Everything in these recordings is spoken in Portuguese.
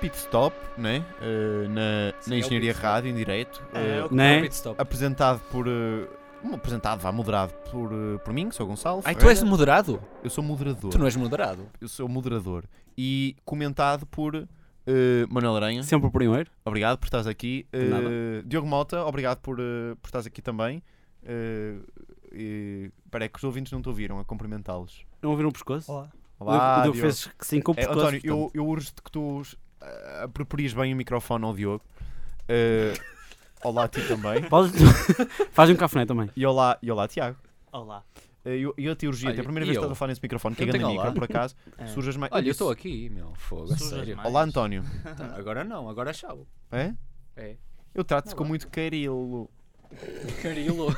pit stop, né? Eh, na, Sim, na é o Engenharia pit stop. Rádio, em direto. É, eh, é o Né? é o pit stop. Apresentado por. eh, um apresentado, vá, moderado por, eh, por mim, que sou Gonçalo. Ai, tu Ferreira. É. és moderado? Eu sou moderador. Tu não é- és moderado. Eu sou moderador. E comentado por. eh, Manuel Aranha, Sempre o primeiro. obrigado por estares aqui. De nada. Eh, Diogo Mota, obrigado por, eh, por estares aqui também. Eh, e- Espera, é que os ouvintes não te ouviram, a cumprimentá-los. Não ouviram o pescoço? Olá. Olá, Deu- deu Diogo. fezes que sim com o É, pescoço. António, eu, portanto. eu urge-te que tu ah, aproprias bem o microfone ao Diogo. Eh, olá a ti também. Podes- Faz um cafuné também. E olá, e olá Tiago. Olá. Eh, Eu, eu te urgia, é Olha, a primeira e vez que eu? estás a falar nesse microfone, que é Eu grande tenho micro, olá. por acaso. É. Surjas mais. Olha, eu estou aqui, meu. Fogo, a Sujas sério. mais. Olá António. Tá, Agora não, agora chau. É? É. Eu trato-te com Olá. muito carilo. Carilo.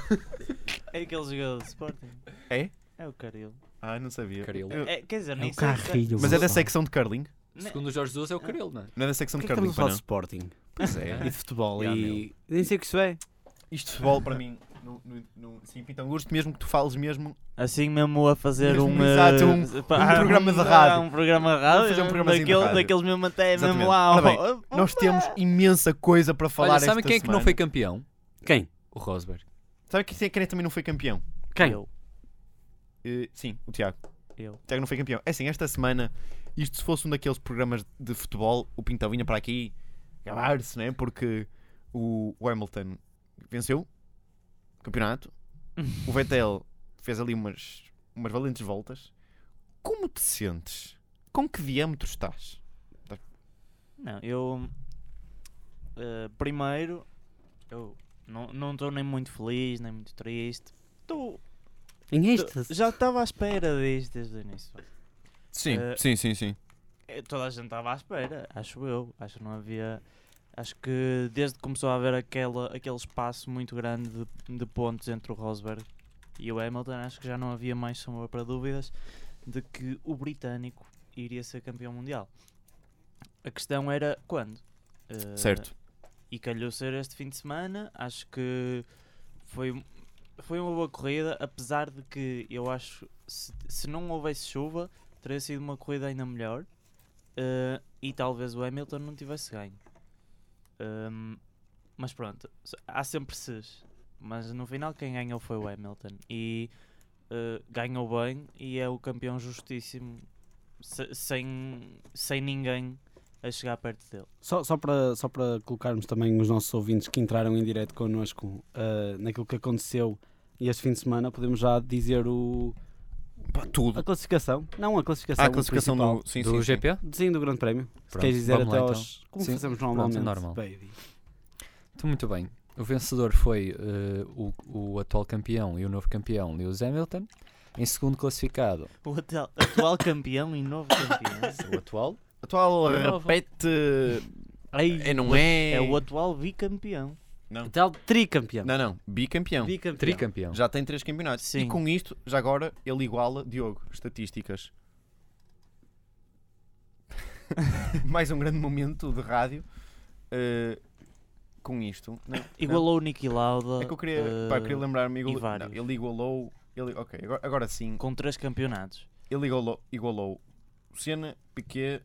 É aquele jogador do Sporting? É? É o Caril. Ah, não sabia. Carilo. Eu- É, quer dizer, É nem o sei se- carrilho. Mas é da Gonçalo. secção de curling? Ne- Segundo o Jorge Jesus é o Carilo, não é? Não é da secção Porquê de que curling, estamos a pois falar de não? Sporting Pois é. e de futebol Já, e... Nem sei o que isso é. Isto de futebol para mim, não- não- não- sim, então gosto mesmo que tu fales mesmo. Assim mesmo a fazer Mesmo, um, exato, eh, um- um pá, programa de ah, rádio. Um programa de rádio. fazer um programazinho de daquele- rádio. Daqueles mesmo até Exatamente. mesmo lá. Ora bem, ó, Nós temos imensa coisa para falar Olha, sabem esta quem é que não semana. foi campeão? Quem? O Rosberg. Sabe que quem também não foi campeão? Quem? Eu, Eh, sim, o Tiago. eu. O Tiago não foi campeão. É assim, esta semana, isto se fosse um daqueles programas de futebol, o Pintão vinha para aqui acabar-se, né? Porque o o Hamilton venceu o campeonato, o Vettel fez ali umas, umas valentes voltas. Como te sentes? Com que diâmetro estás? Não, eu. eh, primeiro, eu não estou nem muito feliz, nem muito triste. Estou. Então, Em Tô- êxtase. Já estava à espera disto desde o início. Sim, Eh, sim, sim, sim. Eh, Toda a gente estava à espera, acho eu. Acho que não havia. Acho que desde que começou a haver aquela, aquele espaço muito grande de, de pontos entre o Rosberg e o Hamilton, acho que já não havia mais sombra para dúvidas de que o britânico iria ser campeão mundial. A questão era quando. Eh, Certo. e calhou ser este fim de semana. Acho que foi, um- foi uma boa corrida, apesar de que eu acho se, se não houvesse chuva, teria sido uma corrida ainda melhor eh, e talvez o Hamilton não tivesse ganho. Ahm, mas pronto, s- há sempre se's. Mas no final quem ganhou foi o Hamilton e eh, ganhou bem e é o campeão justíssimo se- sem, sem ninguém a chegar perto dele. Só, só, para, só para colocarmos também os nossos ouvintes que entraram em direto connosco ah, naquilo que aconteceu este fim de semana, podemos já dizer o, Pá, tudo. a classificação. Não, a classificação. Há Ah, a classificação principal. do, sim, Do sim, sim. GP? Desenho do Grande Prémio. se Pronto, queres dizer até vamos lá, aos. então. Como Sim, fazemos pronto, é normalmente. normal. baby. Então, muito bem. O vencedor foi eh, o, o atual campeão e o novo campeão, Lewis Hamilton. Em segundo classificado, O atual, atual campeão e novo campeão. o atual. Atual Nova. repete. Ai, É, não é? é o atual bicampeão. Então, tricampeão. Não, não. Bicampeão. Bicampeão. Tricampeão. Já tem três campeonatos. E Sim. com isto, já agora, ele iguala Diogo. Estatísticas. Mais um grande momento de rádio. Uh, com isto. Não, Igualou o Niki Lauda. não. É que eu queria, eh, pá, eu queria lembrar-me. igual- e vários. não, ele igualou. Ele, ok, agora, agora sim. ah, Com três campeonatos. Ele igualou, igualou Senna, Piquet,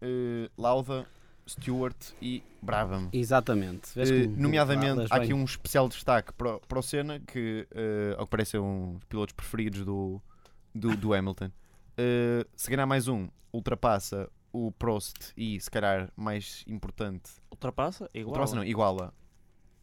eh, Lauda, Stewart e Brabham. Exatamente. Vês Eh, como- nomeadamente, falas há bem. aqui um especial destaque para, o- para o Senna, que eh, ao que parece é um dos pilotos preferidos do, do, do Hamilton. Eh, se ganhar mais um, ultrapassa o Prost e, se calhar, mais importante, Ultrapassa? Igual. ultrapassa não, iguala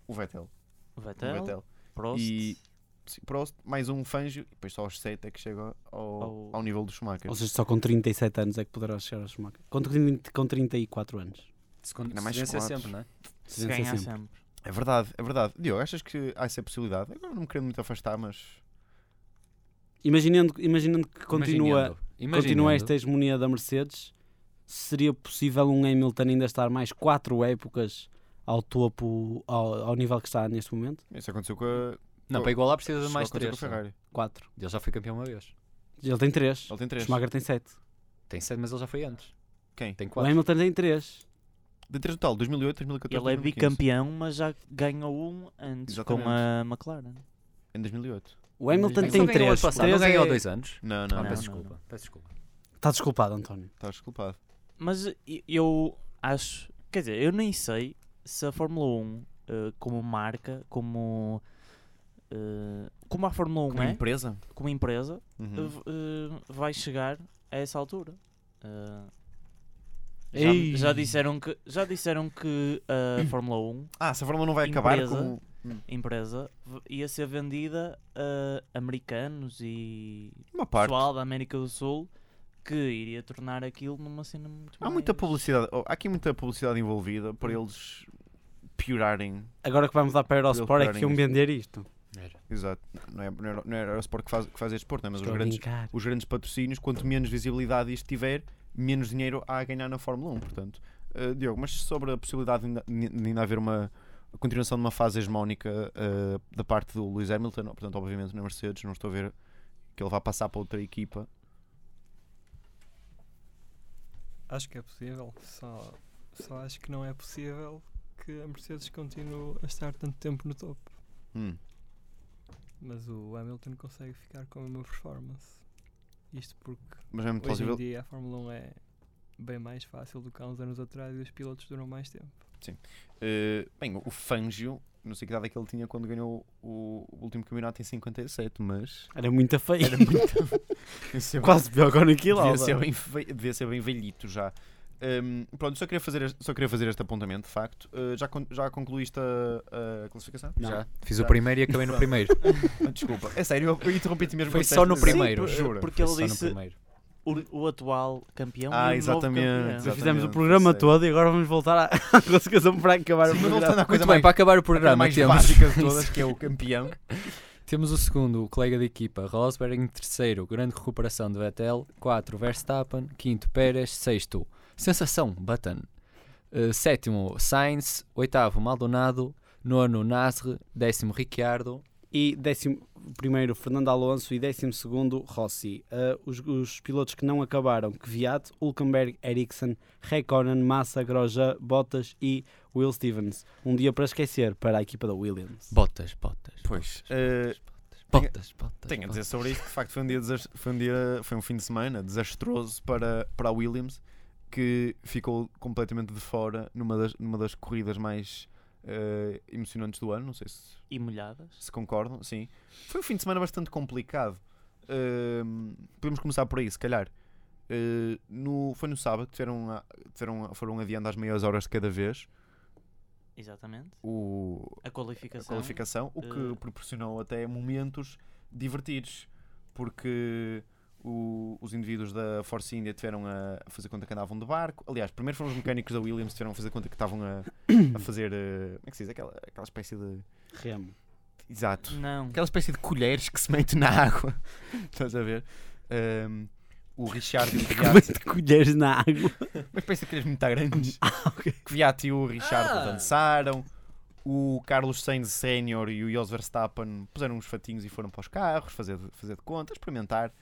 o Vettel. O Vettel, Vettel. Prost. E sim, Prost, mais um Fangio, e depois só aos 7 é que chega ao, Ao- ao nível do Schumacher. Ou seja, só com 37 anos é que poderá chegar ao Schumacher. Com, 30 com 34 anos. Segundo, Ainda mais se vencer quatro. sempre, não é? Se Vencer ganhar sempre. sempre. É verdade, é verdade. Diogo, achas que há essa possibilidade? Agora não me querendo muito afastar, mas. Imaginando, imaginando que continua, Imaginando, imaginando. continua esta hegemonia da Mercedes, seria possível um Hamilton ainda estar mais 4 épocas ao topo, ao, ao nível que está neste momento? Isso aconteceu com a. Não, para igualar precisa de mais aconteceu três. com a só. Ferrari. 4. Ele já foi campeão uma vez. Ele tem 3. Ele tem O 3. Schumacher tem 7. Tem sete, mas ele já foi antes. Quem? Tem O quatro. Hamilton tem 3. De 3 total, 2008, 2014. Ele é 2015. bicampeão, mas já ganhou um antes com a McLaren. Em 2008. O Hamilton Mas tem não é- ganhou 3. ano passado, Não ganhou há dois anos. Não, tá Ah, não, Não. não. peço desculpa. Peço desculpa. Está desculpado, António. Estás desculpado. Mas e- eu acho, quer dizer, eu nem sei se a Fórmula 1, eh, como marca, como, eh, como a Fórmula 1 Uma é, empresa. como empresa, Uhum. v- eh, vai chegar a essa altura. Eh, Ei. já, já disseram que, já disseram que a Fórmula 1, Ah, se a Fórmula não vai acabar Empresa. com. empresa, v- ia ser vendida a americanos e Uma parte. pessoal da América do Sul que iria tornar aquilo numa cena muito Há muita mais- publicidade. oh, há aqui muita publicidade envolvida para Hum. eles piorarem. Agora que vai mudar para Eurosport é Eles que iam querem vender isto. Exato. Não é, não é, não é Eurosport que faz, que faz este desporto, não é? mas os Estou a grandes, brincar. os grandes patrocínios, quanto menos visibilidade isto tiver, menos dinheiro há a ganhar na Fórmula 1, portanto. Uh, Diogo, mas sobre a possibilidade de ainda, de ainda haver uma a continuação de uma fase hegemónica uh, da parte do Lewis Hamilton, oh, portanto, obviamente na Mercedes, não estou a ver que ele vá passar para outra equipa. Acho que é possível, só, só acho que não é possível que a Mercedes continue a estar tanto tempo no topo. Hum. Mas o Hamilton consegue ficar com a mesma performance. Isto porque Mas é muito hoje plausível. em dia a Fórmula 1 é bem mais fácil do que há uns anos atrás e os pilotos duram mais tempo. Uh, bem, o Fangio, não sei que idade é que ele tinha quando ganhou o, o último campeonato em 57, mas. Era muito feio. Era muito. É Quase pior que o Niquil devia ser, bem ve- devia ser bem velhito já. Hum, pronto, só queria, fazer este, só queria fazer este apontamento, de facto. Uh, já, con- já concluíste a, a classificação? Não. Já. Fiz o Já. primeiro e acabei no primeiro. Ah, Desculpa, é sério, eu, eu interrompi-te mesmo. Foi quando só disseste no isso. primeiro. Sim, juro. Foi Porque ele só no disse primeiro. o, o atual campeão. Ah, e o novo exatamente, campeão. exatamente. Fizemos o programa sei. todo e agora vamos voltar à à classificação para acabar Sim, o mas programa. voltando à coisa Muito mais, bem, para acabar o a programa mais temos, básica de todas, que é o campeão. temos o segundo, o colega de equipa, Rosberg em terceiro, grande recuperação de Vettel, 4 Verstappen, quinto Pérez, sexto Sensação, Button, Eh, sétimo Sainz, oitavo Maldonado, nono Nasr, décimo Ricciardo, E décimo primeiro, Fernando Alonso e décimo segundo, Rossi. Ah, os, os pilotos que não acabaram, Kvyat, Hulkenberg, Ericsson, Raikkonen, Massa, Grosjean, Bottas e Will Stevens. Um dia para esquecer para a equipa da Williams. Botas, Botas, Pois. Uh, Eh, tenho- Botas, Botas. Tenho a Botas. dizer sobre isso que de facto foi um dia, desas- foi um, dia- foi um fim de semana desastroso para, para a Williams que ficou completamente de fora numa das, numa das corridas mais eh, emocionantes do ano, não sei se, E molhadas. se concordam, sim. Foi um fim de semana bastante complicado. Ahm, podemos começar por aí, se calhar. Eh, no, foi no sábado, tiveram, a- tiveram, a- foram adiando às meias horas de cada vez Exatamente. o, A a qualificação. qualificação, o que eh, proporcionou até momentos divertidos, porque o- os indivíduos da Force India tiveram a a fazer conta que andavam de barco. Aliás, primeiro foram os mecânicos da Williams que tiveram a fazer conta que estavam a, a fazer. eh, Como é que se diz? Aquela, aquela espécie de. Remo. Exato. Não. Aquela espécie de colheres que se mete na água. Estás a ver? Ahm, o Richard e o Kvyat. De colheres na água. Uma espécie de colheres muito grandes. Kvyat e o Richard dançaram. O Carlos Sainz Sénior e o Jos Verstappen puseram uns fatinhos e foram para os carros fazer, fazer de conta, experimentar.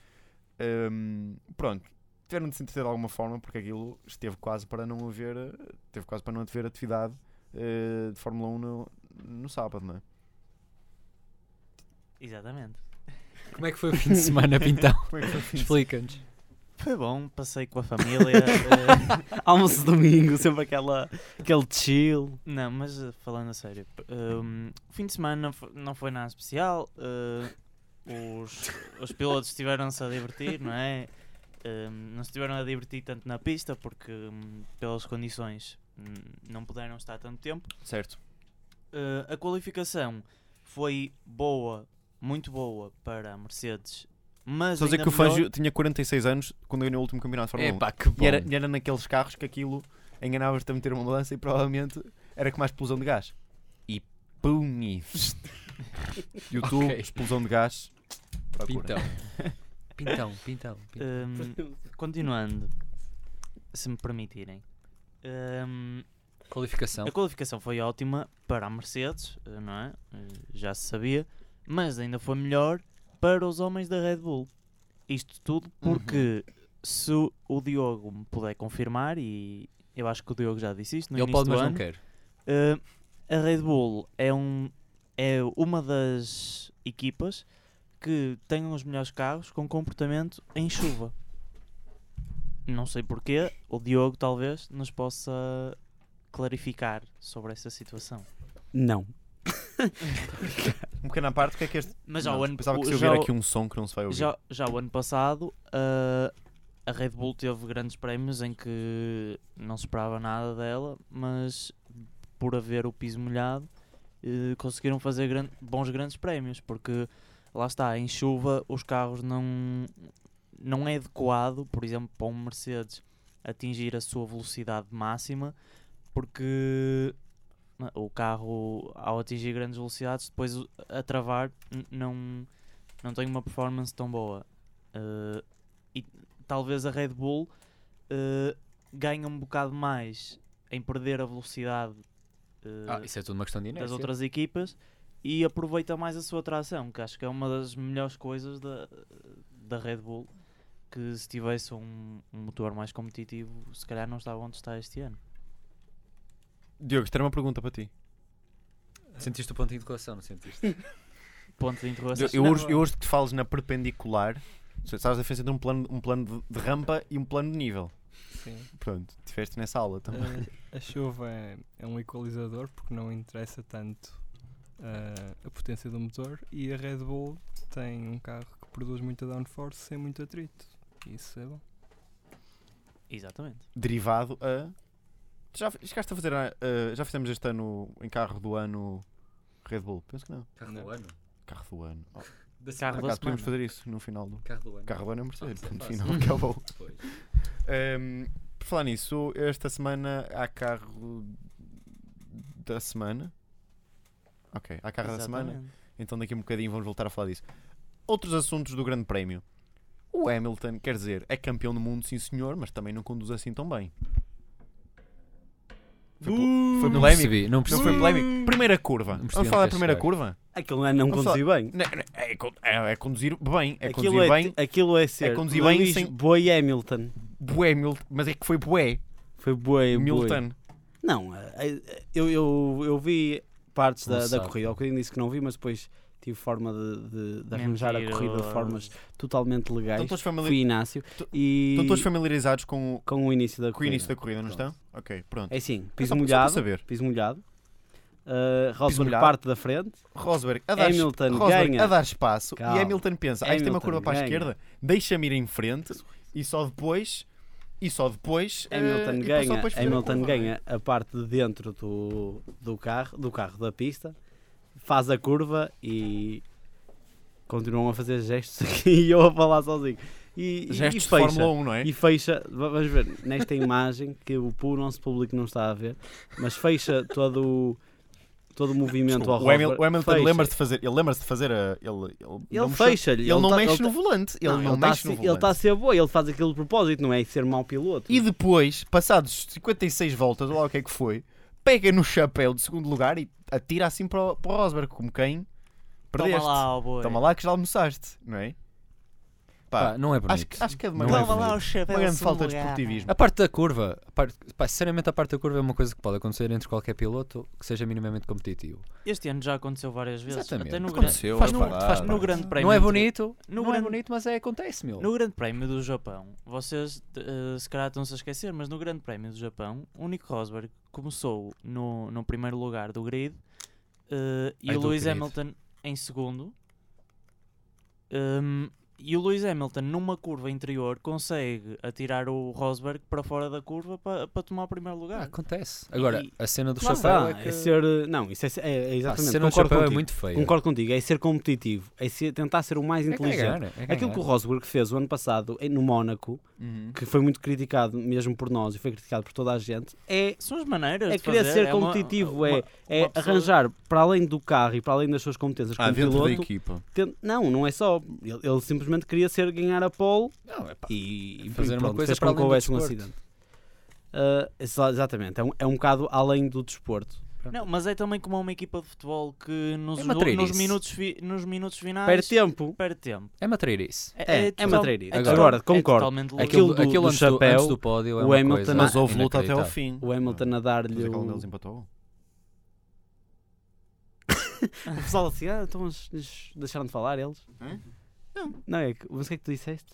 Hum, pronto, tiveram de se entreter de alguma forma porque aquilo esteve quase para não haver, eh, teve quase para não haver atividade eh, de Fórmula 1 no, no sábado, não é? Exatamente. Como é que foi o fim de semana, Pintão? Como é que foi o fim de Explica-nos. Foi bom, passei com a família. eh, Almoço de domingo, sempre aquela, aquele chill. não, mas eh, falando a sério, p- ehm, o fim de semana não fo- não foi nada especial. eh, os, os pilotos estiveram-se a divertir, não é? Ehm, não se estiveram a divertir tanto na pista porque, hum, pelas condições, hum, não puderam estar tanto tempo. Certo. Eh, a qualificação foi boa, muito boa para a Mercedes, mas Só dizer ainda que o melhor- Fangio tinha 46 anos quando ganhou o último campeonato de Fórmula 1. Epá, que bom. E era, e era naqueles carros que aquilo enganavas-te a meter uma balança e provavelmente era com mais explosão de gás. E pum! E YouTube, Ok. Então. explosão de gás. Pintão. Pintão, pintão, pintão. Ehm, continuando, se me permitirem. Ehm, Qualificação. a qualificação foi ótima para a Mercedes, eh, não é? Eh, Já se sabia, mas ainda foi melhor para os homens da Red Bull. Isto Uhum. tudo porque se o- o Diogo me puder confirmar, e eu acho que o Diogo já disse isto no Ele início pode, do mas ano, não quer. Uh, a Red Bull é, um, é uma das equipas que tem os melhores carros com comportamento em chuva. não sei porquê, o Diogo talvez nos possa clarificar sobre essa situação. Não. Um pequeno à parte, o que é que este. Mas já Não, o ano Pensava que o- se eu já ouvir o- aqui um som que não se vai ouvir. Já, já o ano passado, ah, a Red Bull teve grandes prémios em que não se esperava nada dela, mas por haver o piso molhado, eh, conseguiram fazer gran- bons grandes prémios, porque lá está, em chuva os carros não, não é adequado, por exemplo, para um Mercedes atingir a sua velocidade máxima, porque ah, o carro, ao atingir grandes velocidades, depois o- a travar n- não não tenho uma performance tão boa. Eh, e talvez a Red Bull eh, ganhe um bocado mais em perder a velocidade eh, Ah, isso é tudo uma questão de das inércia. outras equipas e aproveita mais a sua tração, que acho que é uma das melhores coisas da, da Red Bull. Que se tivesse um, um motor mais competitivo, se calhar não estava onde está este ano. Diogo, isto era uma pergunta para ti. Sentiste o ponto de interrogação, não sentiste? Ponto de Eu, interrogação. eu, urjo, eu urjo que te fales na perpendicular. Ou seja, Sabes a diferença entre um plano, um plano de- de rampa e um plano de nível. Sim. Pronto, tiveste nessa aula também. A, a chuva é, é um equalizador porque não interessa tanto ah, a potência do motor e a Red Bull tem um carro que produz muita downforce sem muito atrito. Isso é bom. Exatamente. Derivado a. Tu Já chegaste a fazer. a- a- já fizemos este ano em carro do ano Red Bull? Penso que não. Carro Não. do ano. Carro do ano. Oh, por Carro da acaso, semana. podemos fazer isso no final do. Carro do ano. Carro do ano é Mercedes. Ah, Ponto sim, final, fácil. que é o bom. Pois. Ahm, por falar nisso, esta semana há carro da semana. Ok, há carro da semana. Exatamente. Então daqui a um bocadinho vamos voltar a falar disso. Outros assuntos do Grande Prémio. O Hamilton, quer dizer, é campeão do mundo, sim senhor, mas também não conduz assim tão bem. Foi, pol- foi Não polémico. percebi, não Não percebi. foi polémico. Primeira curva. Não percebi Vamos onde falar da queres primeira chegar. curva? Aquilo não é não Vamos conduzir bem. Não, não, É, con- é- é conduzir bem. É aquilo, conduzir é, bem. aquilo é ser. conduzir bem Lewis sem- Boi Hamilton. Bué, Mil- mas é que foi bué. Foi boi, boi. Milton. Não, eh, eh, eu, eu, eu vi partes Não da, da sabe. corrida. Ao bocadinho disse que não vi, mas depois tive forma de, de- de arranjar a corrida de Mentiroso. formas totalmente Estão legais. todos, famili- Fui Inácio. Tô- E estão todos familiarizados com o, com o início da com o corrida. início da corrida, não estão? Ok, pronto. É assim, Mas só- piso só para molhado. saber. Piso molhado. Uh, Rosberg molhado. parte da frente. Rosberg a dar, Hamilton Rosberg ganha. a dar espaço Calma. e Hamilton pensa, ah, isto tem uma Hamilton curva para a ganha. esquerda, deixa-me ir em frente e só depois e só depois eh, É Hamilton e depois só ganha, depois fazer a Hamilton curva. é? ganha a é? parte de dentro do, do carro, do carro da pista, faz a curva e continuam a fazer gestos aqui e eu a falar sozinho. E, e- Gestos e de fecha. Fórmula 1, não é? E fecha, va- vamos ver, nesta imagem que o pu- nosso público não está a ver, mas fecha todo o, todo o movimento Desculpa, ao o, Hamil- Rosberg, o Hamilton fecha. lembra-se de fazer, ele lembra-se de fazer a ele ele, Ele não mexe- fecha-lhe. ele não tá- mexe ele no tá- volante, ele não, tá a mexe ser- no Ele volante. está a ser boa, ele faz aquilo de propósito, não é? E ser mau piloto. E depois, passados 56 voltas, ou lá o que é que foi, pega no chapéu de segundo lugar e atira assim para o, para o Rosberg, como quem perdeste. Toma lá, ó boi. Toma lá que já almoçaste, não é? Pá, Pá, não é bonito. acho, que- acho que é de uma Não grande, Toma lá oh, é bonito. o chapéu. uma grande segundo falta de lugar, esportivismo. A parte da curva, a parte, pá, sinceramente, a parte da curva é uma coisa que pode acontecer entre qualquer piloto que seja minimamente competitivo. Este ano já aconteceu várias vezes. Exatamente. Até no, gran... Aconteceu, faz é no, verdade. faz no Grande Prémio. não é de- bonito, no não é grande- bonito, mas é, acontece, meu. No Grande Prémio do Japão, vocês eh, se calhar estão-se a esquecer, mas no Grande Prémio do Japão, o Nico Rosberg começou no, no primeiro lugar do grid eh, e Ai, o do Lewis grid. Hamilton em segundo. Hum, e o Lewis Hamilton, numa curva interior, consegue atirar o Rosberg para fora da curva para, para tomar o primeiro Ah, lugar. acontece. Agora, E- a cena do Lá chapéu está, é que... é ser, eh, Não, isso é, é- é Pá, a exatamente. cena do concordo, chapéu é contigo, muito feia. concordo contigo, é ser competitivo, é ser- tentar ser o mais É ganhar, inteligente. é Aquilo que o ganhar. Rosberg fez o ano passado em- no Mónaco, Uhum. que foi muito criticado mesmo por nós e foi criticado por toda a gente, é, São as maneiras é de querer fazer, ser é uma- competitivo, uma- é, é uma pessoa- arranjar para além do carro e para além das suas competências Ah, como piloto. equipa. ten- Não, não é só. Ele, ele simplesmente queria ser ganhar a pole Não, é pá, e, e fazer uma pronto, coisa fez para com que além do houvesse um desporto. acidente. Ah, exa- exatamente, é um, é um bocado além do desporto. Não, mas é também como uma equipa de futebol que nos, É ul- matreirice. nos minutos, fi- nos minutos finais Perde tempo. perde tempo. é matreirice. É, é total- matreirice. total- Agora, é concordo. totalmente louco. Aquilo Aquilo, do- aquilo do antes, do, chapéu, antes do pódio é o uma Hamilton- coisa Mas Mas houve luta até ao fim. inacreditável. O Hamilton a Mas dar-lhe. aquele O... deles empatou. o pessoal assim, ah, então eles- eles deixaram de falar eles. Hã? Não. Não, é que. Mas o que é que tu disseste?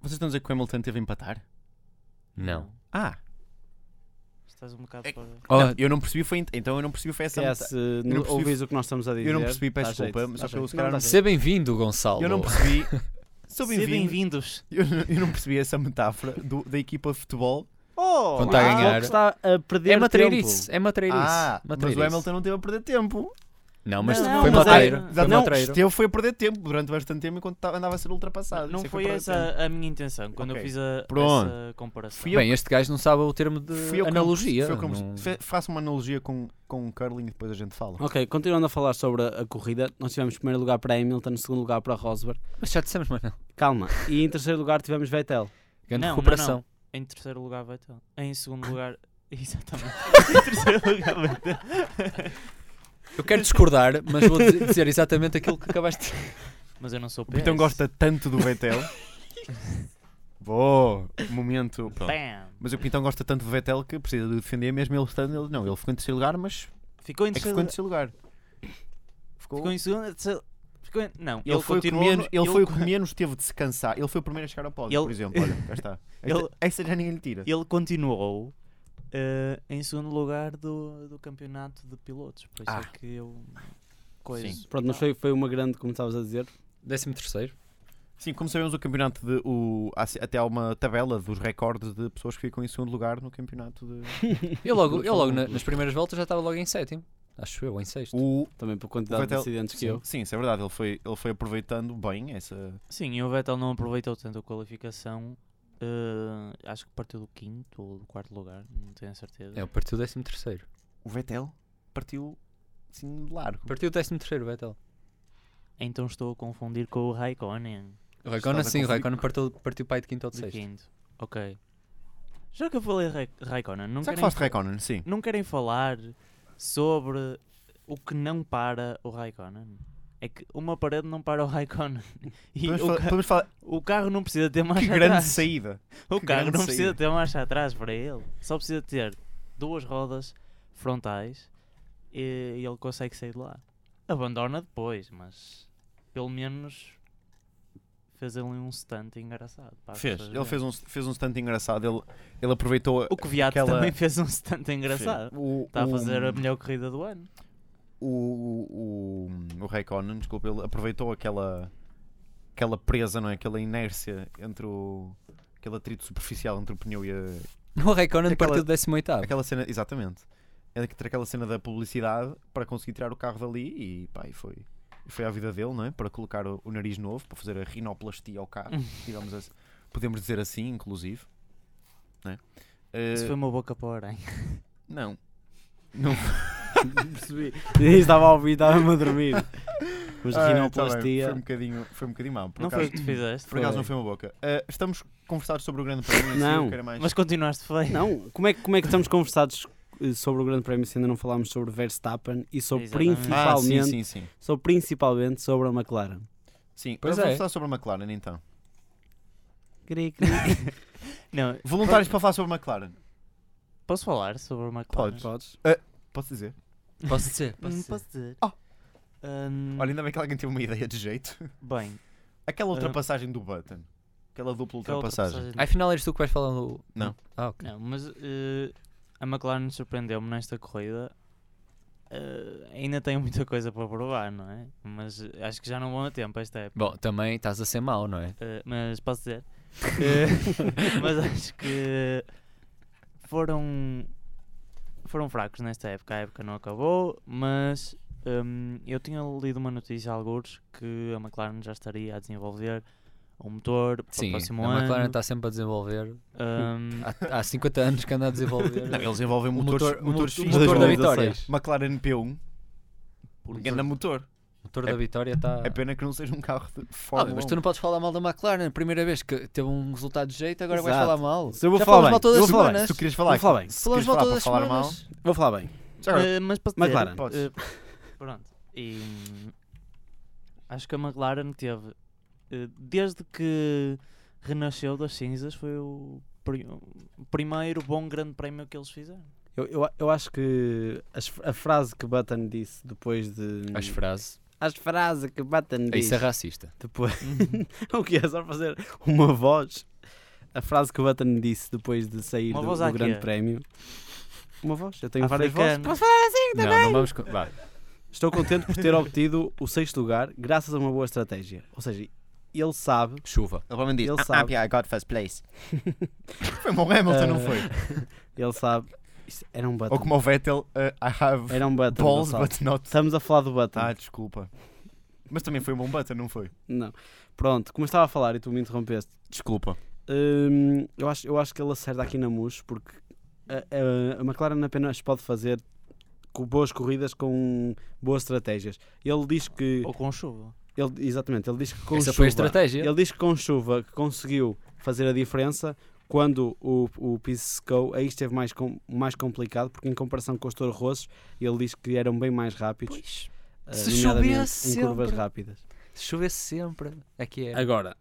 Vocês estão a dizer que o Hamilton teve a empatar? Não. Ah, Estás um bocado É- fora. Oh, não, eu não percebi, foi. ent- Então eu não percebi, foi essa. Se é, metade. se não percebi- ouvis o que nós estamos a dizer. Eu não percebi, peço dá jeito, desculpa, dá mas só que jeito. eu se calhar Não, não dá Seja bem-vindo, Gonçalo. Eu não percebi. Sou Sejam bem-vindo. bem-vindos. Eu, não- eu não percebi essa metáfora do- da equipa de futebol. Oh! Quando está a Ah, ganhar. o que está a perder É tempo. matreirice, é matreirice. Ah, mas matreirice. o Hamilton não teve a perder tempo. Não, mas Não, foi mas é- matreiro. foi Exato, não, matreiro. Esteve foi a perder tempo durante bastante tempo enquanto tava- andava a ser ultrapassado. Ah, Não Isso é que foi perder tempo. essa a minha intenção quando Ok. eu fiz a, Pronto. essa comparação. Fui eu- Bem, este gajo não sabe o termo de Fui eu que- analogia. fui eu que- não- fe- Faça uma analogia com, com o curling e depois a gente fala. Ok, continuando a falar sobre a, a corrida, nós tivemos primeiro lugar para Hamilton, segundo lugar para Rosberg. Mas já dissemos, mas não. Calma. E em terceiro lugar tivemos Vettel. Grande Não, não, recuperação. Em terceiro lugar vai ter. Em segundo lugar. Exatamente. em terceiro lugar vai ter. Eu quero discordar, mas vou dizer dizer exatamente aquilo que acabaste de Mas eu não sou O PS. Pitão gosta tanto do Vettel. Boa, momento. pronto. Bam! Mas o Pitão gosta tanto do Vettel que precisa de defender mesmo ele estando. Ele, não, ele ficou em terceiro lugar, mas Ficou em é que terceiro ficou em lugar. terceiro lugar. Ficou- Ficou em segundo. terceiro- Ficou em... Não, Ele, foi, o que continuou. menos, no- ele foi o que menos teve de se cansar. Ele foi o primeiro a chegar ao pódio, Ele- por exemplo. Olha, cá está. Esta, Ele- esta já ninguém lhe tira. ele continuou eh, em segundo lugar do, do campeonato de pilotos. Por isso Ah. é que eu. Coisa. Sim. Pronto, mas foi, foi uma grande, como estavas a dizer. Décimo terceiro. Sim, como sabemos, o campeonato de. O, há se- até há uma tabela dos recordes de pessoas que ficam em segundo lugar no campeonato de. Eu logo, eu logo na- nas primeiras voltas já estava logo em sétimo. Acho eu, em sexto. O, Também por quantidade de Vettel- acidentes que sim, eu. sim, isso é verdade. Ele foi, ele foi aproveitando bem essa. Sim, e o Vettel não aproveitou tanto a qualificação. eh, acho que partiu do quinto ou do quarto lugar, não tenho a certeza. É, partiu o décimo terceiro. O Vettel partiu assim de largo. Partiu o décimo terceiro, Vettel. Então estou a confundir com o Raikkonen O Estás Raikkonen a sim, o confundir- Raikkonen partiu, partiu para aí de quinto ou de de sexto. quinto. Ok. Já que eu falei Ra- Raikkonen, Será não que querem, falaste de Reconan? Sim. não querem falar sobre o que não para o Raikkonen? É que uma parede não para o Raikkonen. E Podemos, o, falar, ca- podemos falar. o carro não precisa ter Que marcha grande atrás. saída! O Que carro grande não precisa saída. ter marcha atrás para ele. Só precisa ter duas rodas frontais e, e ele consegue sair de lá. Abandona depois, mas pelo menos fez ali um stunt engraçado. para as Fez. pessoas Ele verem. fez um, fez um stunt engraçado. Ele, ele aproveitou. a- O que Viato aquela- Um- também fez um stunt engraçado. o- Está a o- fazer a melhor corrida do ano. o, o, o Raikkonen, desculpa, ele aproveitou aquela, aquela presa, não é? Aquela inércia entre o. aquele atrito superficial entre o pneu e a, O Raikkonen Aquela- partiu do décimo oitavo. aquela cena. Exatamente. Entre aquela cena da publicidade para conseguir tirar o carro dali e pá, e foi. e Foi a vida dele, não é? Para colocar o, o nariz novo, para fazer a rinoplastia ao carro, digamos assim. Podemos dizer assim, inclusive. Não é? Eh, Isso foi uma boca para o aranha. Não. Não Percebi. Nem estava a ouvir, estava-me a dormir. Mas Ah, tá bem, rinoplastia. foi, um bocadinho, foi um bocadinho mau. Por Não foi acaso, o que tu fizeste. Por acaso Foi. não foi uma boca. Ah, estamos conversados sobre o Grande Prémio. Não. Não. Era mais... Ah, Mas continuaste feio. Não, como é, que- como é que estamos conversados eh, sobre o Grande Prémio se ainda não falámos sobre Verstappen e sobre Exatamente. ah, principalmente, sim, sim, sim. sobre principalmente sobre a McLaren? Sim, Pois pois é. vamos falar sobre a McLaren então. Cri, cri. Não, Voluntários para falar sobre a McLaren. posso falar sobre uma McLaren? Podes. Eh, Podes? Posso dizer? Posso dizer? Hum, Posso dizer? Posso dizer? Oh. Hum, Olha, ainda bem que alguém teve uma ideia de jeito. bem, Aquela Ah. ultrapassagem do Button. Aquela dupla aquela ultrapassagem. ultrapassagem Ah, Afinal eres tu que vais falar do... Não. Ah, ok. Não, mas eh, a McLaren surpreendeu-me nesta corrida. Eh, ainda tenho muita coisa para provar, não é? Mas eh, acho que já não vão a tempo esta época. Bom, também estás a ser mau, não é? Eh, mas posso dizer? Eh, mas acho que foram, foram fracos nesta época. A época não acabou, mas hum, eu tinha lido uma notícia há alguns que a McLaren já estaria a desenvolver um motor para o Sim, próximo a ano. McLaren tá- está sempre a desenvolver. Hum, Há, há 50 anos que anda a desenvolver. Não, eles envolvem O motores, motor- o motores fixos. motor- o motor da 2016. vitória. McLaren P1. Ganda motor. O motor da vitória tá- está... É pena que não seja um carro de Ah, Fórmula mas tu 1. não podes falar mal da McLaren. Primeira vez que teve um resultado de jeito, agora vais Exato. falar mal. Se eu vou Já falar falamos bem, mal todas eu as vou falar bem, semanas. Se tu querias falar, Vou falar bem. se Falamos querias mal falar todas para as falar mal, semanas. Vou falar bem. já agora, Eh, mas posso dizer, McLaren. podes. Eh, pronto. E, hum, acho que a McLaren teve, eh, desde que renasceu das cinzas, foi o pri- o primeiro bom grande prémio que eles fizeram. Eu, eu, eu acho que as fr- a frase que Button disse depois de. As frases. é As frases que Button disse. Isso é racista. Depois. o que é? Só fazer uma voz. a frase que o Button disse depois de sair Uma do, voz do aqui, Grande é. Prémio. Uma voz, eu tenho um várias vozes. Africano. Não, não vamos. con- Vá. Estou contente por ter obtido o sexto lugar graças a uma boa estratégia. Ou seja, ele sabe Chuva. Ele provavelmente Ele diz, ah, sabe. yeah, I got first place. foi como o Hamilton, não Ah, foi? tá Ele sabe. Isto era um button. Ou como o Vettel, eh, I have Era um button. balls Gonçalo. but not... Estamos a falar do button. Ah, desculpa. Mas também foi um bom button, não foi? Não. Pronto, como eu estava a falar e tu me interrompeste. Desculpa. hum, eu, acho, eu acho que ele acerta aqui na Mush porque a, a- a McLaren apenas pode fazer com boas corridas com boas estratégias. Ele diz que. Ou com chuva. Ele, exatamente, ele diz que com Oh. Essa chuva. foi a estratégia. Ele diz que com chuva que conseguiu fazer a diferença quando o, o piso secou, aí esteve mais, com, mais complicado, porque em comparação com os touros rossos, ele diz que eram bem mais rápidos, Pois, eh, Se nomeadamente chovesse em curvas sempre. rápidas. se chovesse sempre, é que era. Agora,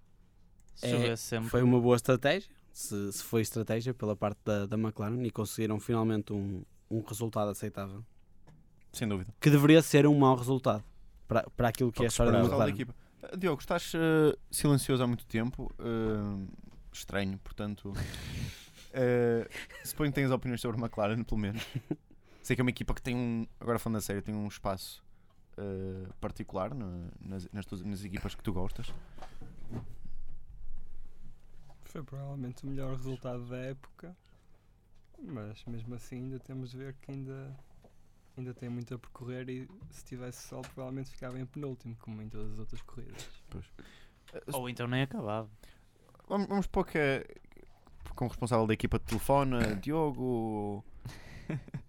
Se É, chovesse sempre. foi uma boa estratégia, se, se foi estratégia pela parte da, da McLaren, e conseguiram finalmente um, um resultado aceitável, Sem dúvida. que deveria ser um mau resultado para, para aquilo que é a história da Pessoal da McLaren. equipa. Ah, Diogo, estás eh, silencioso há muito tempo. eh, estranho, portanto... eh, suponho que tens opiniões sobre a McLaren, pelo menos. Sei que é uma equipa que tem um... Agora falando a sério, tem um espaço eh, particular na- nas, nas tuas- nas equipas que tu gostas. Foi provavelmente o melhor resultado da época, mas mesmo assim ainda temos de ver que ainda, ainda tem muito a percorrer e se tivesse sol provavelmente ficava em penúltimo, como em todas as outras corridas. Ou então nem acabava. Eh, Vamos, vamos pôr que é- como responsável da equipa de telefone, eh, Diogo,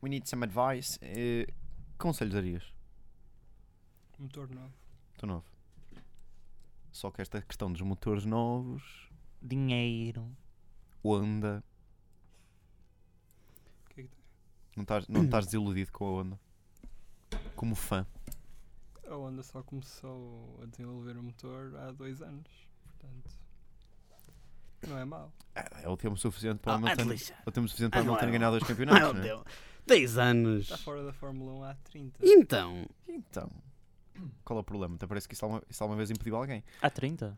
we need some advice. Eh, conselhos darias? Motor novo. Estou novo. Só que esta questão dos motores novos, Dinheiro. tipo, Honda, O que é que tem? não estás, não estás desiludido com a Honda? Como fã. A Honda só começou a desenvolver o motor há dois anos, portanto não é mau. Ah, É o tempo suficiente para Ah, Hamilton, Atlas, é o tempo suficiente para Ah, não é Hamilton bom. ganhar dois campeonatos, Meu não é? Tá Deus, 10 anos! Está fora da Fórmula 1 há 30. Então, Então, qual é o problema? Até parece que isso alguma, isso alguma vez impediu alguém. Há 30?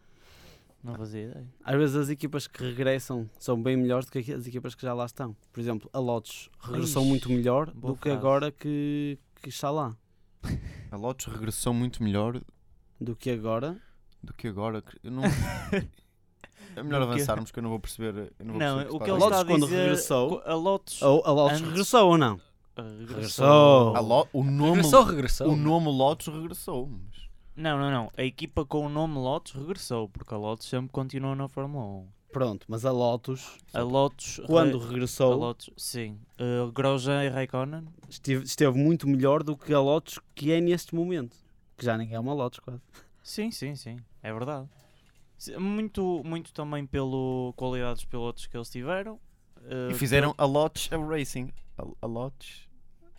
Não fazia ideia. Às vezes as equipas que regressam são bem melhores do que as equipas que já lá estão. Por exemplo, a Lotus regressou Ixi, muito melhor boa do que frase. agora que, que está lá. A Lotus regressou muito melhor Do que agora. do que agora. que- Eu não... é melhor Do que- avançarmos que eu não vou perceber. Eu não, vou Não, perceber é se o que está ele Lotus está a quando dizer... regressou- co- A Lotus... eh, Ou a Lotus Antes- regressou ou não? a Regressou. Ah, dizer. A Lo- O nome, Regressou, regressou. o nome Lotus regressou. mas- Não, não, não. A equipa com o nome Lotus regressou, porque a Lotus sempre continuou na Fórmula 1. Pronto, mas a Lotus, A Lotus... re- quando A regressou, Lotus, sim. Uh, Grosjean e Raikkonen. esteve, esteve muito melhor do que a Lotus que é neste momento. Que já ninguém é uma Lotus quase. Sim, sim, sim. É verdade. Se- Muito, muito também pela qualidade dos pilotos que eles tiveram. uh, E fizeram a Lotus a Racing. A, a Lotus.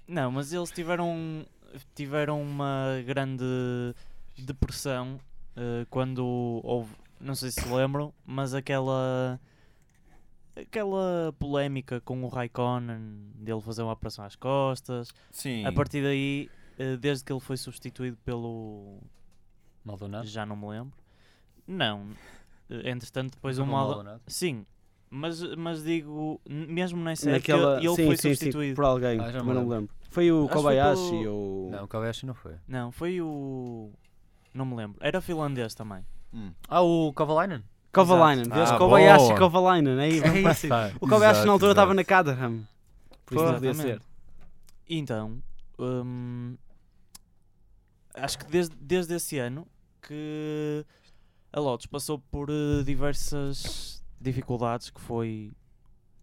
que- Não, mas eles tiveram, um, tiveram uma grande depressão uh, quando houve, não sei se se lembram, mas aquela aquela polémica com o Raikkonen dele fazer uma operação às costas. Sim. A partir daí, uh, desde que ele foi substituído pelo Maldonado. Já não me lembro. Não. Eh, Entretanto, depois o Bruno Maldo. Maldonado. Sim. Mas, mas digo, n- mesmo nessa Naquela, época, é ele sim, foi sim, sim, substituído. por alguém, Ah, já me mas não me lembro. Foi o Acho que foi Kobayashi pelo- ou. Não, o Kobayashi não foi. Não, foi o. Não me lembro. Era finlandês também. Hum. Ah, o Kovalainen? É Kovalainen, Exato. vês? Ah, Kobayashi, boa. Kovalainen, É aí vamos para cima. O Kobayashi na altura estava na Caterham. Por isso não podia ser. Exatamente. Então, hum, acho que desde, desde esse ano que a Lotus passou por eh, diversas dificuldades, que foi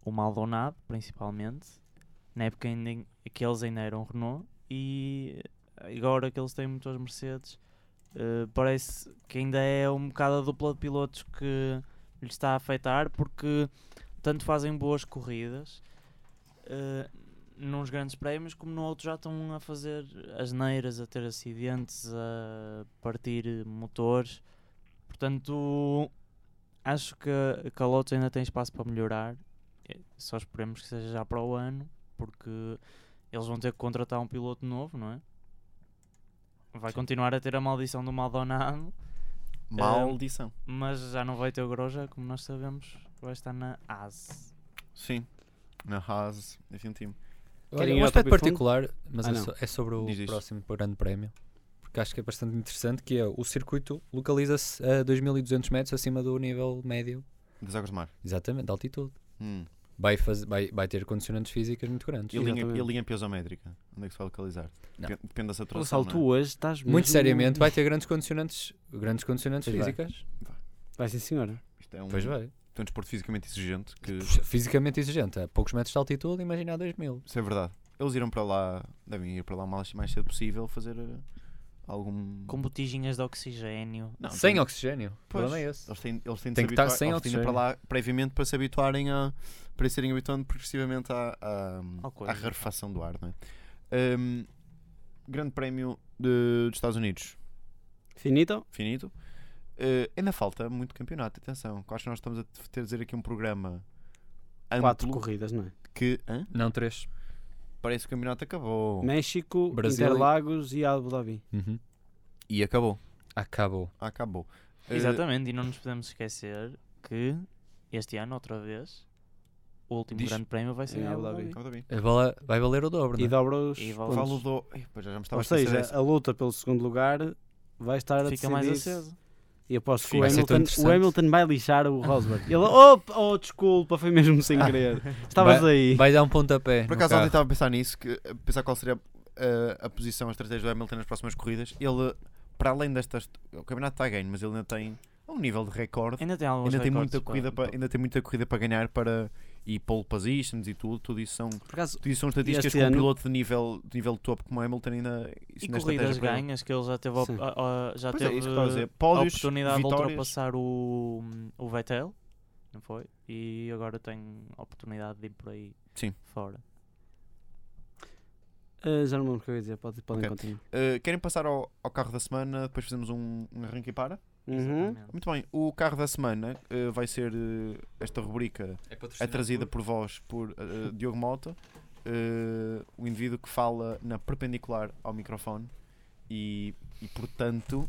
o Maldonado, principalmente, na época ainda em- que eles ainda eram Renault, e agora que eles têm muitas Mercedes, eh, parece que ainda é um bocado a dupla de pilotos que lhe está a afetar, porque tanto fazem boas corridas, eh, nos grandes prémios, como no outro já estão a fazer asneiras, a ter acidentes, a partir eh, motores. Portanto, acho que, a- que a Lotus ainda tem espaço para melhorar. Eh, Só esperemos que seja já para o ano, porque eles vão ter que contratar um piloto novo, não é? Vai continuar a ter a maldição do Maldonado, Maldição. mas já não vai ter o Groja, como nós sabemos. vai estar na AS. Sim. Na Haas, enfim, um time. Olha, Querem ir um ao aspecto tópico fundo? particular, mas Ah, é, não. so- é sobre o Diz isto. próximo Grande Prémio, porque acho que é bastante interessante, que é o circuito localiza-se a 2200 metros acima do nível médio, Das águas do mar. exatamente, de altitude. Hum. Vai, faz- vai, vai ter condicionantes físicas muito E grandes. a linha, Exatamente. e a linha piezométrica? Onde é que se vai localizar? Não. Depen- Depende da saturação. Gonçalo, não é? tu hoje estás Muito mesmo- seriamente vai ter grandes condicionantes, grandes condicionantes Pois vai. físicas. Vai sim, senhora. Isto é um, Pois vai. é um desporto fisicamente exigente que. Puxa, Fisicamente exigente, a poucos metros de altitude, imagina a 2000. Isso é verdade. Eles irão para lá, devem ir para lá o mais, mais cedo possível fazer eh, algum. Com botijinhas de oxigênio. Não, sem tem- oxigênio. O Pois. problema é esse. Eles têm, eles têm de Tem se que estar habituar- sem eles têm de ir para oxigênio. lá previamente para se habituarem a. para se irem habituando progressivamente à, à, Ao à coisa. rarefação do ar, não é? Hum, grande Prémio de- dos Estados Unidos, Finito? finito. Eh, ainda falta muito campeonato, atenção. Acho que nós estamos a ter de dizer aqui um programa Quatro amplo corridas, não é? que hã? Não, três. parece que o campeonato acabou. México, Brasil e- Interlagos e Abu Dhabi. Uhum. E acabou. Acabou. Acabou. Eh, Exatamente, e não nos podemos esquecer que este ano, outra vez, o último Diz- grande prémio vai ser Em em Abu Abu Dhabi. Dhabi. Abu Dhabi. A bola vai valer o dobro, E não é? dobra os E vale- pontos. Falo do. Ei, pá, já me estava a Ou esquecer seja, dessa. a luta pelo segundo lugar vai estar a Fica mais decidir-se- aceso. E aposto que Sim. o Vai ser tão Hamilton, o interessante. Hamilton vai lixar o Rosberg. Ele, oh, oh, desculpa, foi mesmo um sem querer. Estavas aí. Vai dar um É pontapé. Por no acaso ontem carro. estava a pensar nisso, que, a pensar qual seria eh, a, posição, a estratégia do Hamilton nas próximas corridas. Ele, para além destas. O campeonato está a ganho, mas ele ainda tem um nível de recorde. Ainda tem alguns Ainda tem, recordes muita corrida para, ainda tem muita corrida para ganhar para e pole positions e tudo, tudo isso são, Por acaso, tudo isso são estatísticas Este que um ano- piloto de nível, de nível top como o Hamilton ainda isso E ainda é corridas estratégia para ele. ganhas que ele já teve, a- Sim. a- a- já Pois é, teve isso que eu estava a dizer. a Pódios, oportunidade de vitórias, ultrapassar o, o Vettel, não foi? E agora tem a oportunidade de ir por aí Sim. fora. ah, já não me lembro o que eu ia dizer, pode- podem Ok. continuar. Eh, querem passar ao, ao carro da semana, depois fazemos um, um arranque e para? Uhum. Exatamente. Muito bem, o carro da semana eh, vai ser eh, esta rubrica é trazida por vós por eh, Diogo Mota, eh, o indivíduo que fala na perpendicular ao microfone e, e, portanto,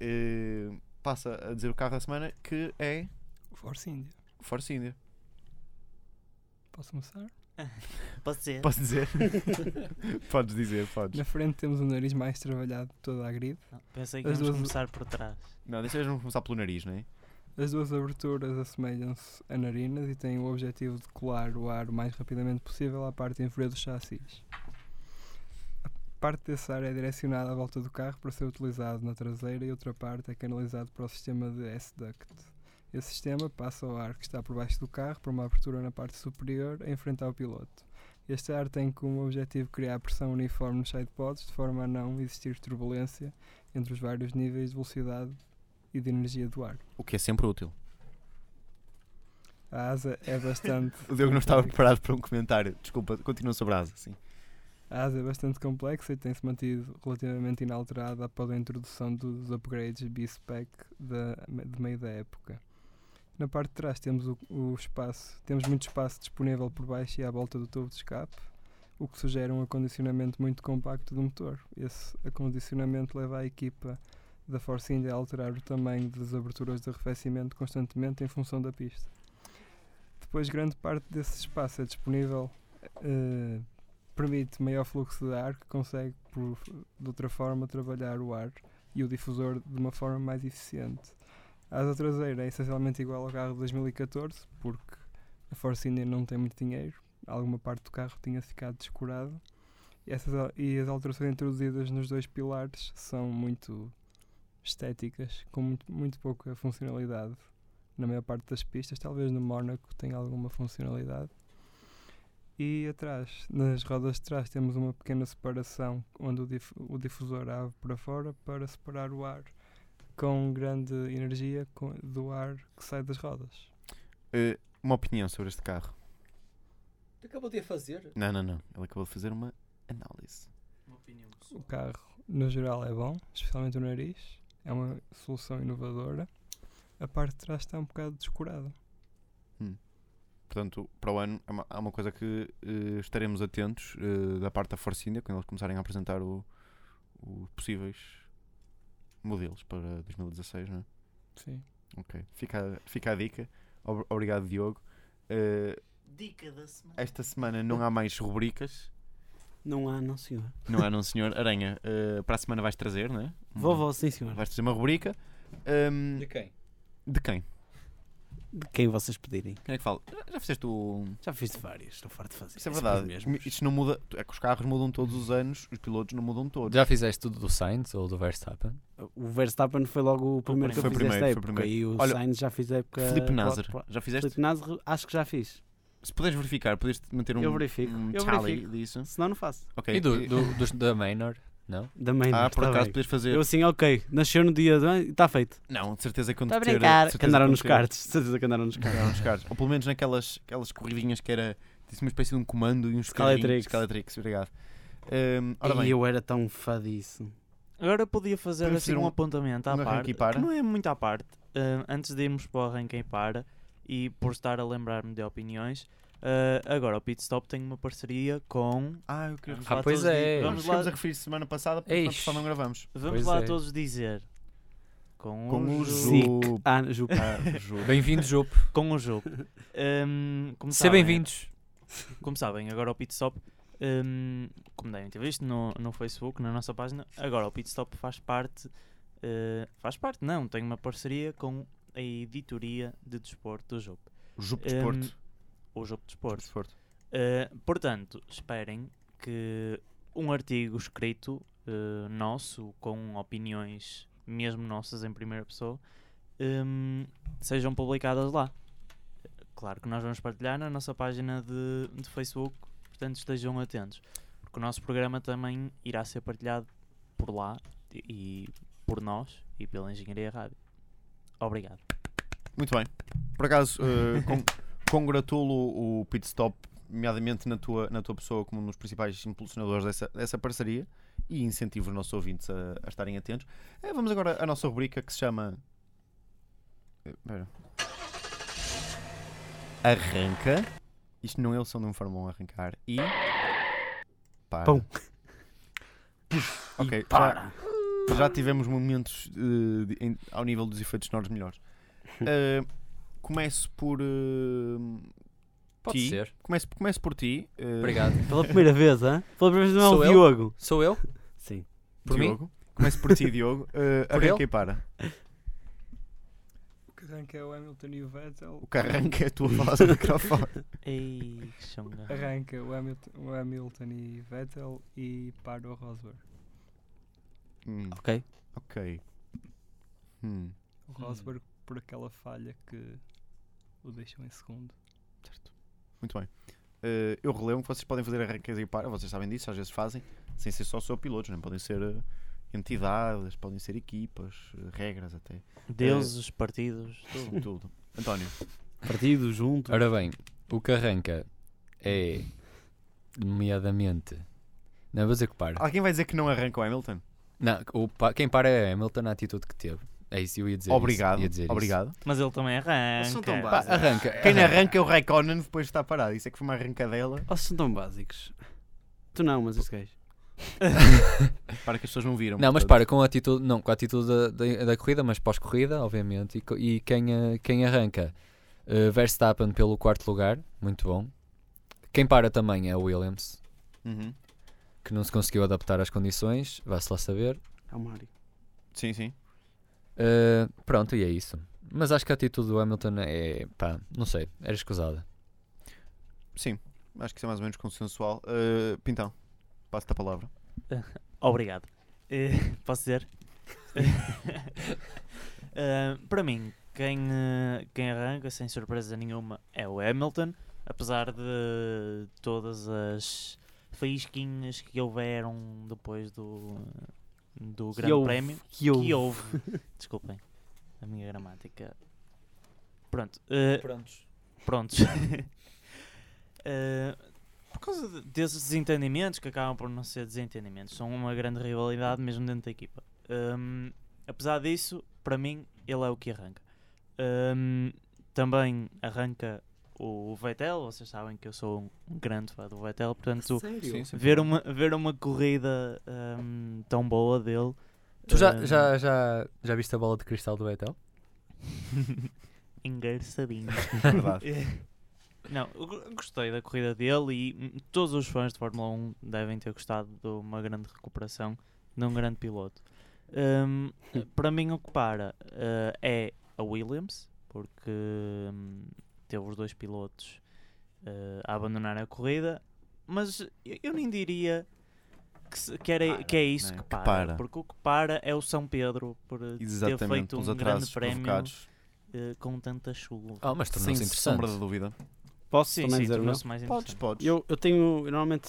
eh, passa a dizer o carro da semana que é Force India. Force India. Posso começar? Pode ser. Posso dizer? podes dizer, podes. Na frente temos um nariz mais trabalhado de toda a grid. Não, Pensei que As íamos duas- começar por trás. Não, deixa vamos começar pelo nariz, não é? As duas aberturas assemelham-se a narinas e têm o objetivo de colar o ar o mais rapidamente possível à parte inferior do chassis. A parte desse ar é direcionada à volta do carro para ser utilizado na traseira e outra parte é canalizado para o sistema de S-Duct. Esse sistema passa o ar que está por baixo do carro para uma abertura na parte superior a enfrentar o piloto. Este ar tem como objetivo criar pressão uniforme nos sidepods de forma a não existir turbulência entre os vários níveis de velocidade e de energia do ar. O que é sempre útil. A asa é bastante, O Diogo não estava preparado para um comentário. Desculpa, continua sobre a asa, sim. a asa é bastante complexa e tem-se mantido relativamente inalterada após a introdução dos upgrades B-Spec da- de meio da época. Na parte de trás temos o, o espaço, temos muito espaço disponível por baixo e à volta do tubo de escape, o que sugere um acondicionamento muito compacto do motor. Esse acondicionamento leva a equipa da Force India a alterar o tamanho das aberturas de arrefecimento constantemente em função da pista. Depois, grande parte desse espaço é disponível eh, permite maior fluxo de ar que consegue, por, de outra forma, trabalhar o ar e o difusor de uma forma mais eficiente. A asa traseira é essencialmente igual ao carro de 2014, porque a Force India não tem muito dinheiro, alguma parte do carro tinha ficado descurada, e, essas, al- e as alterações introduzidas nos dois pilares são muito estéticas, com muito, muito pouca funcionalidade. Na maior parte das pistas, talvez no Mónaco tenha alguma funcionalidade. E atrás, nas rodas de trás, temos uma pequena separação onde o, dif- o difusor abre para fora para separar o ar com grande energia co- do ar que sai das rodas. Eh, uma opinião sobre este carro. Tu acabou de a fazer? Não, não, não. Ele acabou de fazer uma análise. O carro, no geral, é bom, especialmente o nariz. É uma solução inovadora. A parte de trás está um bocado descurada. Portanto, para o ano, há uma, há uma coisa que eh, estaremos atentos eh, da parte da Force India, quando eles começarem a apresentar o- os possíveis modelos para 2016, não é? Sim. Ok. Fica, a- fica a dica Ob- Obrigado, Diogo. Eh, Dica da semana. esta semana não há mais rubricas. Não há, não, senhor. Não há, não, senhor. Aranha, eh, para a semana vais trazer, não é? Uma- Vovó, sim, senhor. Vais trazer uma rubrica. Ahm, De quem? de quem? De quem vocês pedirem. Quem é que fala? Já- Já fizeste o. Já fiz de várias, estou farto de fazer. Isso é sempre os verdade. mesmos. Isto não muda. É que os carros mudam todos os anos, os pilotos não mudam todos. Já fizeste tudo do Sainz ou do Verstappen? O Verstappen foi logo o primeiro que eu Foi o fiz esta primeiro, foi o época. primeiro. E o Olha, Sainz já fiz a época. Felipe Nasser, pro- pro- já fizeste? Felipe Nasser, acho que já fiz. Se puderes verificar, podes manter um, Eu verifico, um eu tally verifico. disso. Senão não faço. Ok. E do, do- dos da Maynor? Não? Da mãe Ah, não, por tá acaso bem. podes fazer. Eu assim, ok, nasceu no dia de. Está feito. Não, de certeza que Está a acontecer. brincar. de certeza Que andaram que nos acontecer. cards. De certeza que andaram nos cards. Andaram nos cards. Ou pelo menos naquelas aquelas corridinhas que era. Disse uma espécie de um comando e uns Scalatrix. carrinhos. Scalatrix, obrigado. Ahm, ora bem, E eu era tão fã disso. Agora podia fazer Podemos assim fazer um, um- apontamento à um arranque parte, e para. que não é muito à parte, ah, antes de irmos para o arranque e para, e por estar a lembrar-me de opiniões, ah, agora o Pit Stop tem uma parceria com... Ah, eu queria Vamos referir. Ah, lá pois todos di- é. Vamos Vamos lá, a referir semana passada, porque Eish. nós só não gravamos. vamos Pois lá é. todos dizer, com, Com o o Ju- Ju- Zic. Ah, Ju- Ah, Ju. Bem-vindos, Jupe. Com o Ju. Ahm, como Sejam sabem- bem-vindos. Como sabem, agora o Pit Stop, hum, como devem ter visto no, no Facebook, na nossa página, agora o Pit Stop faz parte, eh, faz parte não, tem uma parceria com a editoria de desporto do Jogo, Jupe Ahm, Desporto. o Jogo Jupe de Hum. Desporto. Desporto. Eh, portanto, esperem que um artigo escrito eh, nosso, com opiniões mesmo nossas em primeira pessoa, hum, sejam publicadas lá. Claro que nós vamos partilhar na nossa página de, de Facebook, portanto estejam atentos, porque o nosso programa também irá ser partilhado por lá e, e por nós e pela Engenharia Rádio. Obrigado. Muito bem. Por acaso, eh, con- congratulo o Pit Stop, nomeadamente na tua, na tua pessoa, como um dos principais impulsionadores dessa, dessa parceria e incentivo os nossos ouvintes a, a estarem atentos. Eh, vamos agora à nossa rubrica que se chama. Eh, espera. Arranca. Isto não é o som de um Fórmula 1 arrancar. E. Para. Pum. Ok, Para. já, já tivemos momentos eh, de- em- ao nível dos efeitos sonoros melhores. Uh, começo por. uh, Pode ti. ser. começo, começo por ti. uh, Obrigado. Então, Pela primeira vez, hã? Pela primeira vez não é Sou o eu? Diogo. Sou eu? Sim. Por mim? Diogo. Começo por ti, Diogo. Uh, Por arranca ele? e para. O que arranca é o Hamilton e o Vettel. O que arranca é a tua voz no microfone. Ei, que chunga. Arranca o Hamilton, o Hamilton e Vettel e para o Rosberg. Hum, Ok. ok. Hum, O Rosberg por aquela falha que o deixam em segundo. muito bem. Uh, eu relevo que vocês podem fazer arranques e para, vocês sabem disso, às vezes fazem, sem ser só seu pilotos, não podem ser uh, entidades, podem ser equipas, uh, regras até, Deuses, partidos, tudo. tudo, tudo. António, Partido, junto. Ora bem, o que arranca é, nomeadamente, não vou dizer que para. alguém vai dizer que não arranca o Hamilton? Não, o pa- quem para é Hamilton na atitude que teve. É isso, eu ia dizer. isso, Obrigado, ia dizer isso. obrigado. Mas ele também arranca. são tão Pá, básicos. arranca. Quem arranca é o Raikkonen depois está parado, isso é que foi uma arrancadela. Vocês são tão básicos. Tu não, mas esse gajo. Para que as pessoas não É um viram. Não, mas portanto. para, com a atitude, não, com a atitude da, da- da corrida, mas pós-corrida, obviamente. E, co- e quem, eh, quem arranca? eh, Verstappen pelo quarto lugar, muito bom. Quem para também é o Williams, Uhum. que não se conseguiu adaptar às condições, vá-se lá saber. É o Mário. Sim, sim. Uh, pronto, e é isso. Mas acho que a atitude do Hamilton é. pá, não sei, era escusada. Sim. Acho que isso é mais ou menos consensual. Uh, Pintão, passo-te a palavra. Obrigado. Eh, posso dizer? Eh, para mim, quem, eh, quem arranca, sem surpresa nenhuma, é o Hamilton. Apesar de todas as faísquinhas que houveram depois do, do Grande houve? Prémio. Que eu. Que houve. Desculpem. A minha gramática. Pronto. eh, Prontos. prontos. Eh, por causa de- desses desentendimentos, que acabam por não ser desentendimentos, são uma grande rivalidade mesmo dentro da equipa. Hum, apesar disso, para mim, ele é o que arranca. Hum, também arranca o Vettel, vocês sabem que eu sou um grande fã do Vettel, portanto, Sério? ver uma, ver uma corrida hum, tão boa dele. Tu já, hum, já, já, já viste a bola de cristal do Betel? engarçadinho. É É. Verdade. Não, eu go- gostei da corrida dele e hum, todos os fãs de Fórmula 1 devem ter gostado de uma grande recuperação de um grande piloto. Hum, para mim, o que para eh, é a Williams, porque hum, teve os dois pilotos eh, a abandonar a corrida, mas eu, eu nem diria que, se- que, era- Para, que é isso né? que, Que para, para. porque o que para é o São Pedro por eh, ter Exatamente, feito pelos um grande atrasos prémio provocados. eh, com tanta chuva. Ah, mas Sem tornou-se sombra de interessante. dúvida. Posso Sim, também sim, dizer o meu? tornou-se mais Podes, interessante. podes. Eu, eu tenho, eu normalmente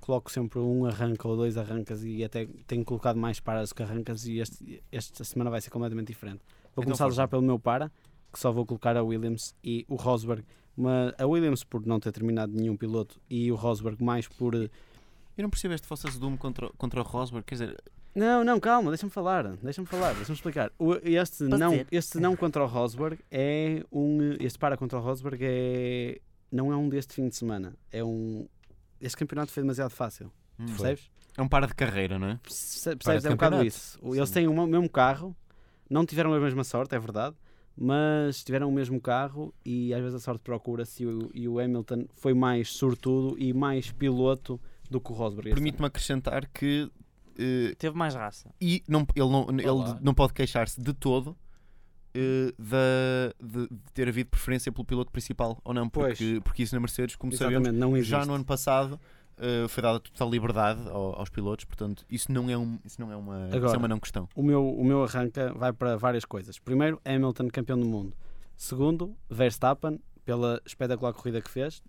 coloco sempre um arranca ou dois arrancas e até tenho colocado mais paras que arrancas e este- esta semana vai ser completamente diferente. Vou Então começar força. já pelo meu para, que só vou colocar a Williams e o Rosberg. Mas a Williams por não ter terminado nenhum piloto e o Rosberg mais por... eh, Eu não percebo este fosse Doom contra, contra o Rosberg, quer dizer, Não, não, calma, deixa-me falar, deixa-me falar, deixa-me explicar. O- Este Pode não, ser. este não contra o Rosberg é um. Este para contra o Rosberg é. Não é um deste fim de semana. É um. Este campeonato foi demasiado fácil, hum, percebes? é um para de carreira, não é? Perce- Para Percebes? de É um bocado campeonato. isso. O- Eles Sim. têm o mo- mesmo carro, não tiveram a mesma sorte, é verdade, mas tiveram o mesmo carro e às vezes a sorte procura-se e, o- e o Hamilton foi mais sortudo e mais piloto do que o Rosberg. este ano. Permite-me acrescentar que eh, Teve mais raça. e não, ele, não, Olá. ele não pode queixar-se de todo eh, da- de, de ter havido preferência pelo piloto principal ou não, porque, porque isso na Mercedes, como sabemos, é- Exatamente, não existe. já é no ano passado eh, foi dada total liberdade ao- aos pilotos, portanto, isso não é, um, isso não é, uma, isso Agora. é uma não questão. o meu, o meu arranca vai para várias coisas. Primeiro, Hamilton, campeão do mundo. Segundo, Verstappen, pela espetacular corrida que fez.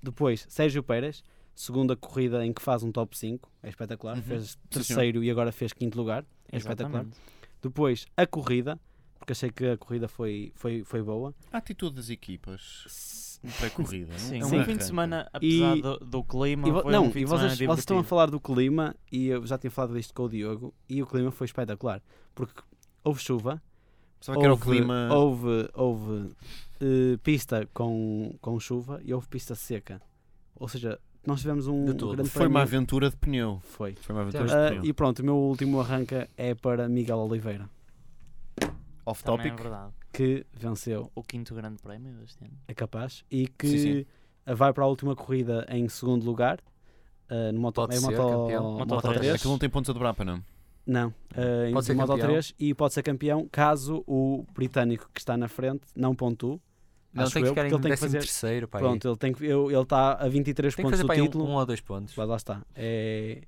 Depois, Sérgio Pérez, segunda corrida em que faz um top 5, é espetacular. Uhum. Fez senhor. terceiro e agora fez quinto lugar, é espetacular. Exatamente. Depois, a corrida, porque achei que a corrida foi, foi, foi boa. A atitude das equipas pré-corrida. Sim, é um um fim de arranque. semana, E- apesar do, do clima, E vo- foi não, um fim e de semana vocês, vocês estão a divertido. falar do clima e eu já tinha falado disto com o Diogo e o clima foi espetacular, porque houve chuva, Pensava é que era o clima. Houve, houve, eh, pista com, com chuva e houve pista seca. Ou seja, nós tivemos um, De um tudo. grande Foi uma prémio. aventura de pneu. Foi. Foi uma aventura Ah, de pneu. e pronto, o meu último arranca é para Miguel Oliveira, Off Também topic. é verdade. que venceu O quinto grande prémio deste ano. a é Capaz e que Sim, sim. ah, vai para a última corrida em segundo lugar. ah, no moto, Pode é ser moto, campeão. moto, Moto 3. três. Aquilo não tem pontos a dobrar para não. Não, ah, em Pode ser moto campeão. 3 e pode ser campeão caso o britânico que está na frente não pontue. Não Acho tem que eu, ficar porque em ele tem que 13 fazer- terceiro, pá. aí. Pronto, ele tem que- eu- ele está a 23 Tem que pontos fazer do para aí um, título. um ou dois pontos. Mas lá está. É,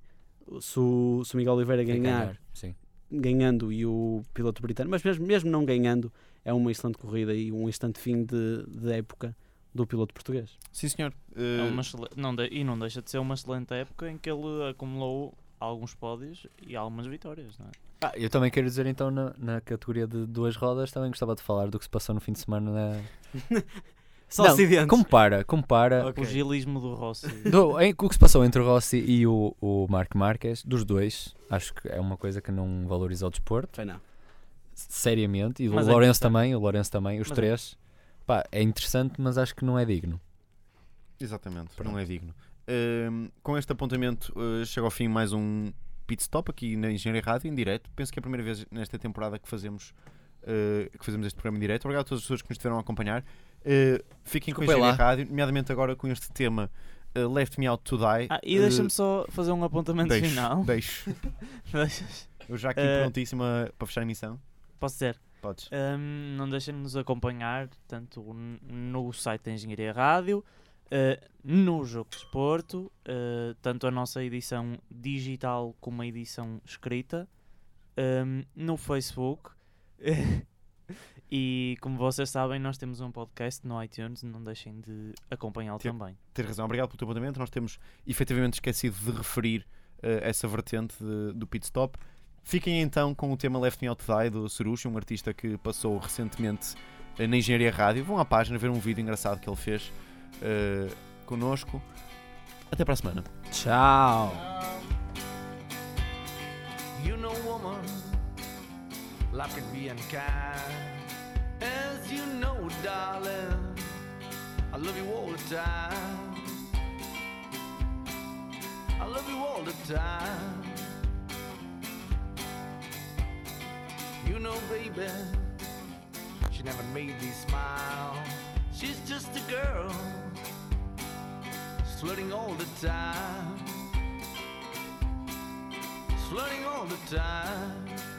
se, o, se o Miguel Oliveira Tem que ganhar, Sim. ganhando e o piloto britânico, mas mesmo, mesmo não ganhando, é uma excelente corrida e um excelente fim de, de época do piloto português. Sim, senhor. É Eh, uma excele- não de- E não deixa de ser uma excelente época em que ele acumulou alguns pódios e algumas vitórias, não é? Ah, eu também quero dizer então na, na categoria de duas rodas também gostava de falar do que se passou no fim de semana na... Só Não, acidentes. Compara, compara O gilismo do Rossi. do, em- o que se passou entre o Rossi e o, o Marco Marques, dos dois, acho que é uma coisa que não valoriza o desporto, Foi não. seriamente, e o Mas é Lourenço interessante. também, o Lourenço também, os Mas é. três. Pá, é interessante, mas acho que não é digno. Exatamente, Pronto. não é digno. Ahm, com este apontamento, eh, chega ao fim mais um pit stop aqui na Engenharia Rádio, em direto. Penso que é a primeira vez nesta temporada que fazemos, eh, que fazemos este programa em direto. Obrigado a todas as pessoas que nos estiveram a acompanhar. Eh, fiquem com a Desculpem lá. Engenharia Rádio, nomeadamente agora com este tema eh, Left Me Out to Die. Ah, e Eh, deixa-me só fazer um apontamento deixo, final. Deixo. Deixas? Eu já aqui Eh, prontíssimo a- para fechar a emissão. Posso dizer? Podes. Ahm, não deixem de nos acompanhar tanto n- no site da Engenharia Rádio, ah, no Jogo de Esporto, ah, tanto a nossa edição digital como a edição escrita, ahm, no Facebook. e como vocês sabem, nós temos um podcast no iTunes, não deixem de acompanhá-lo Tem- também. Tens razão, obrigado pelo teu apontamento. Nós temos efetivamente esquecido de referir eh, essa vertente de- do pit stop. Fiquem então com o tema Left Me Out to Die do Serucho, um artista que passou recentemente eh, na Engenharia Rádio. Vão à página ver um vídeo engraçado que ele fez eh, connosco. Até para a semana. Tchau. You know, woman, life can be unkind. As you know, darling, I love you all the time. I love you all the time. You know, baby, she She never made thee smile. She's just a girl, flirting all the time. Flirting all the time.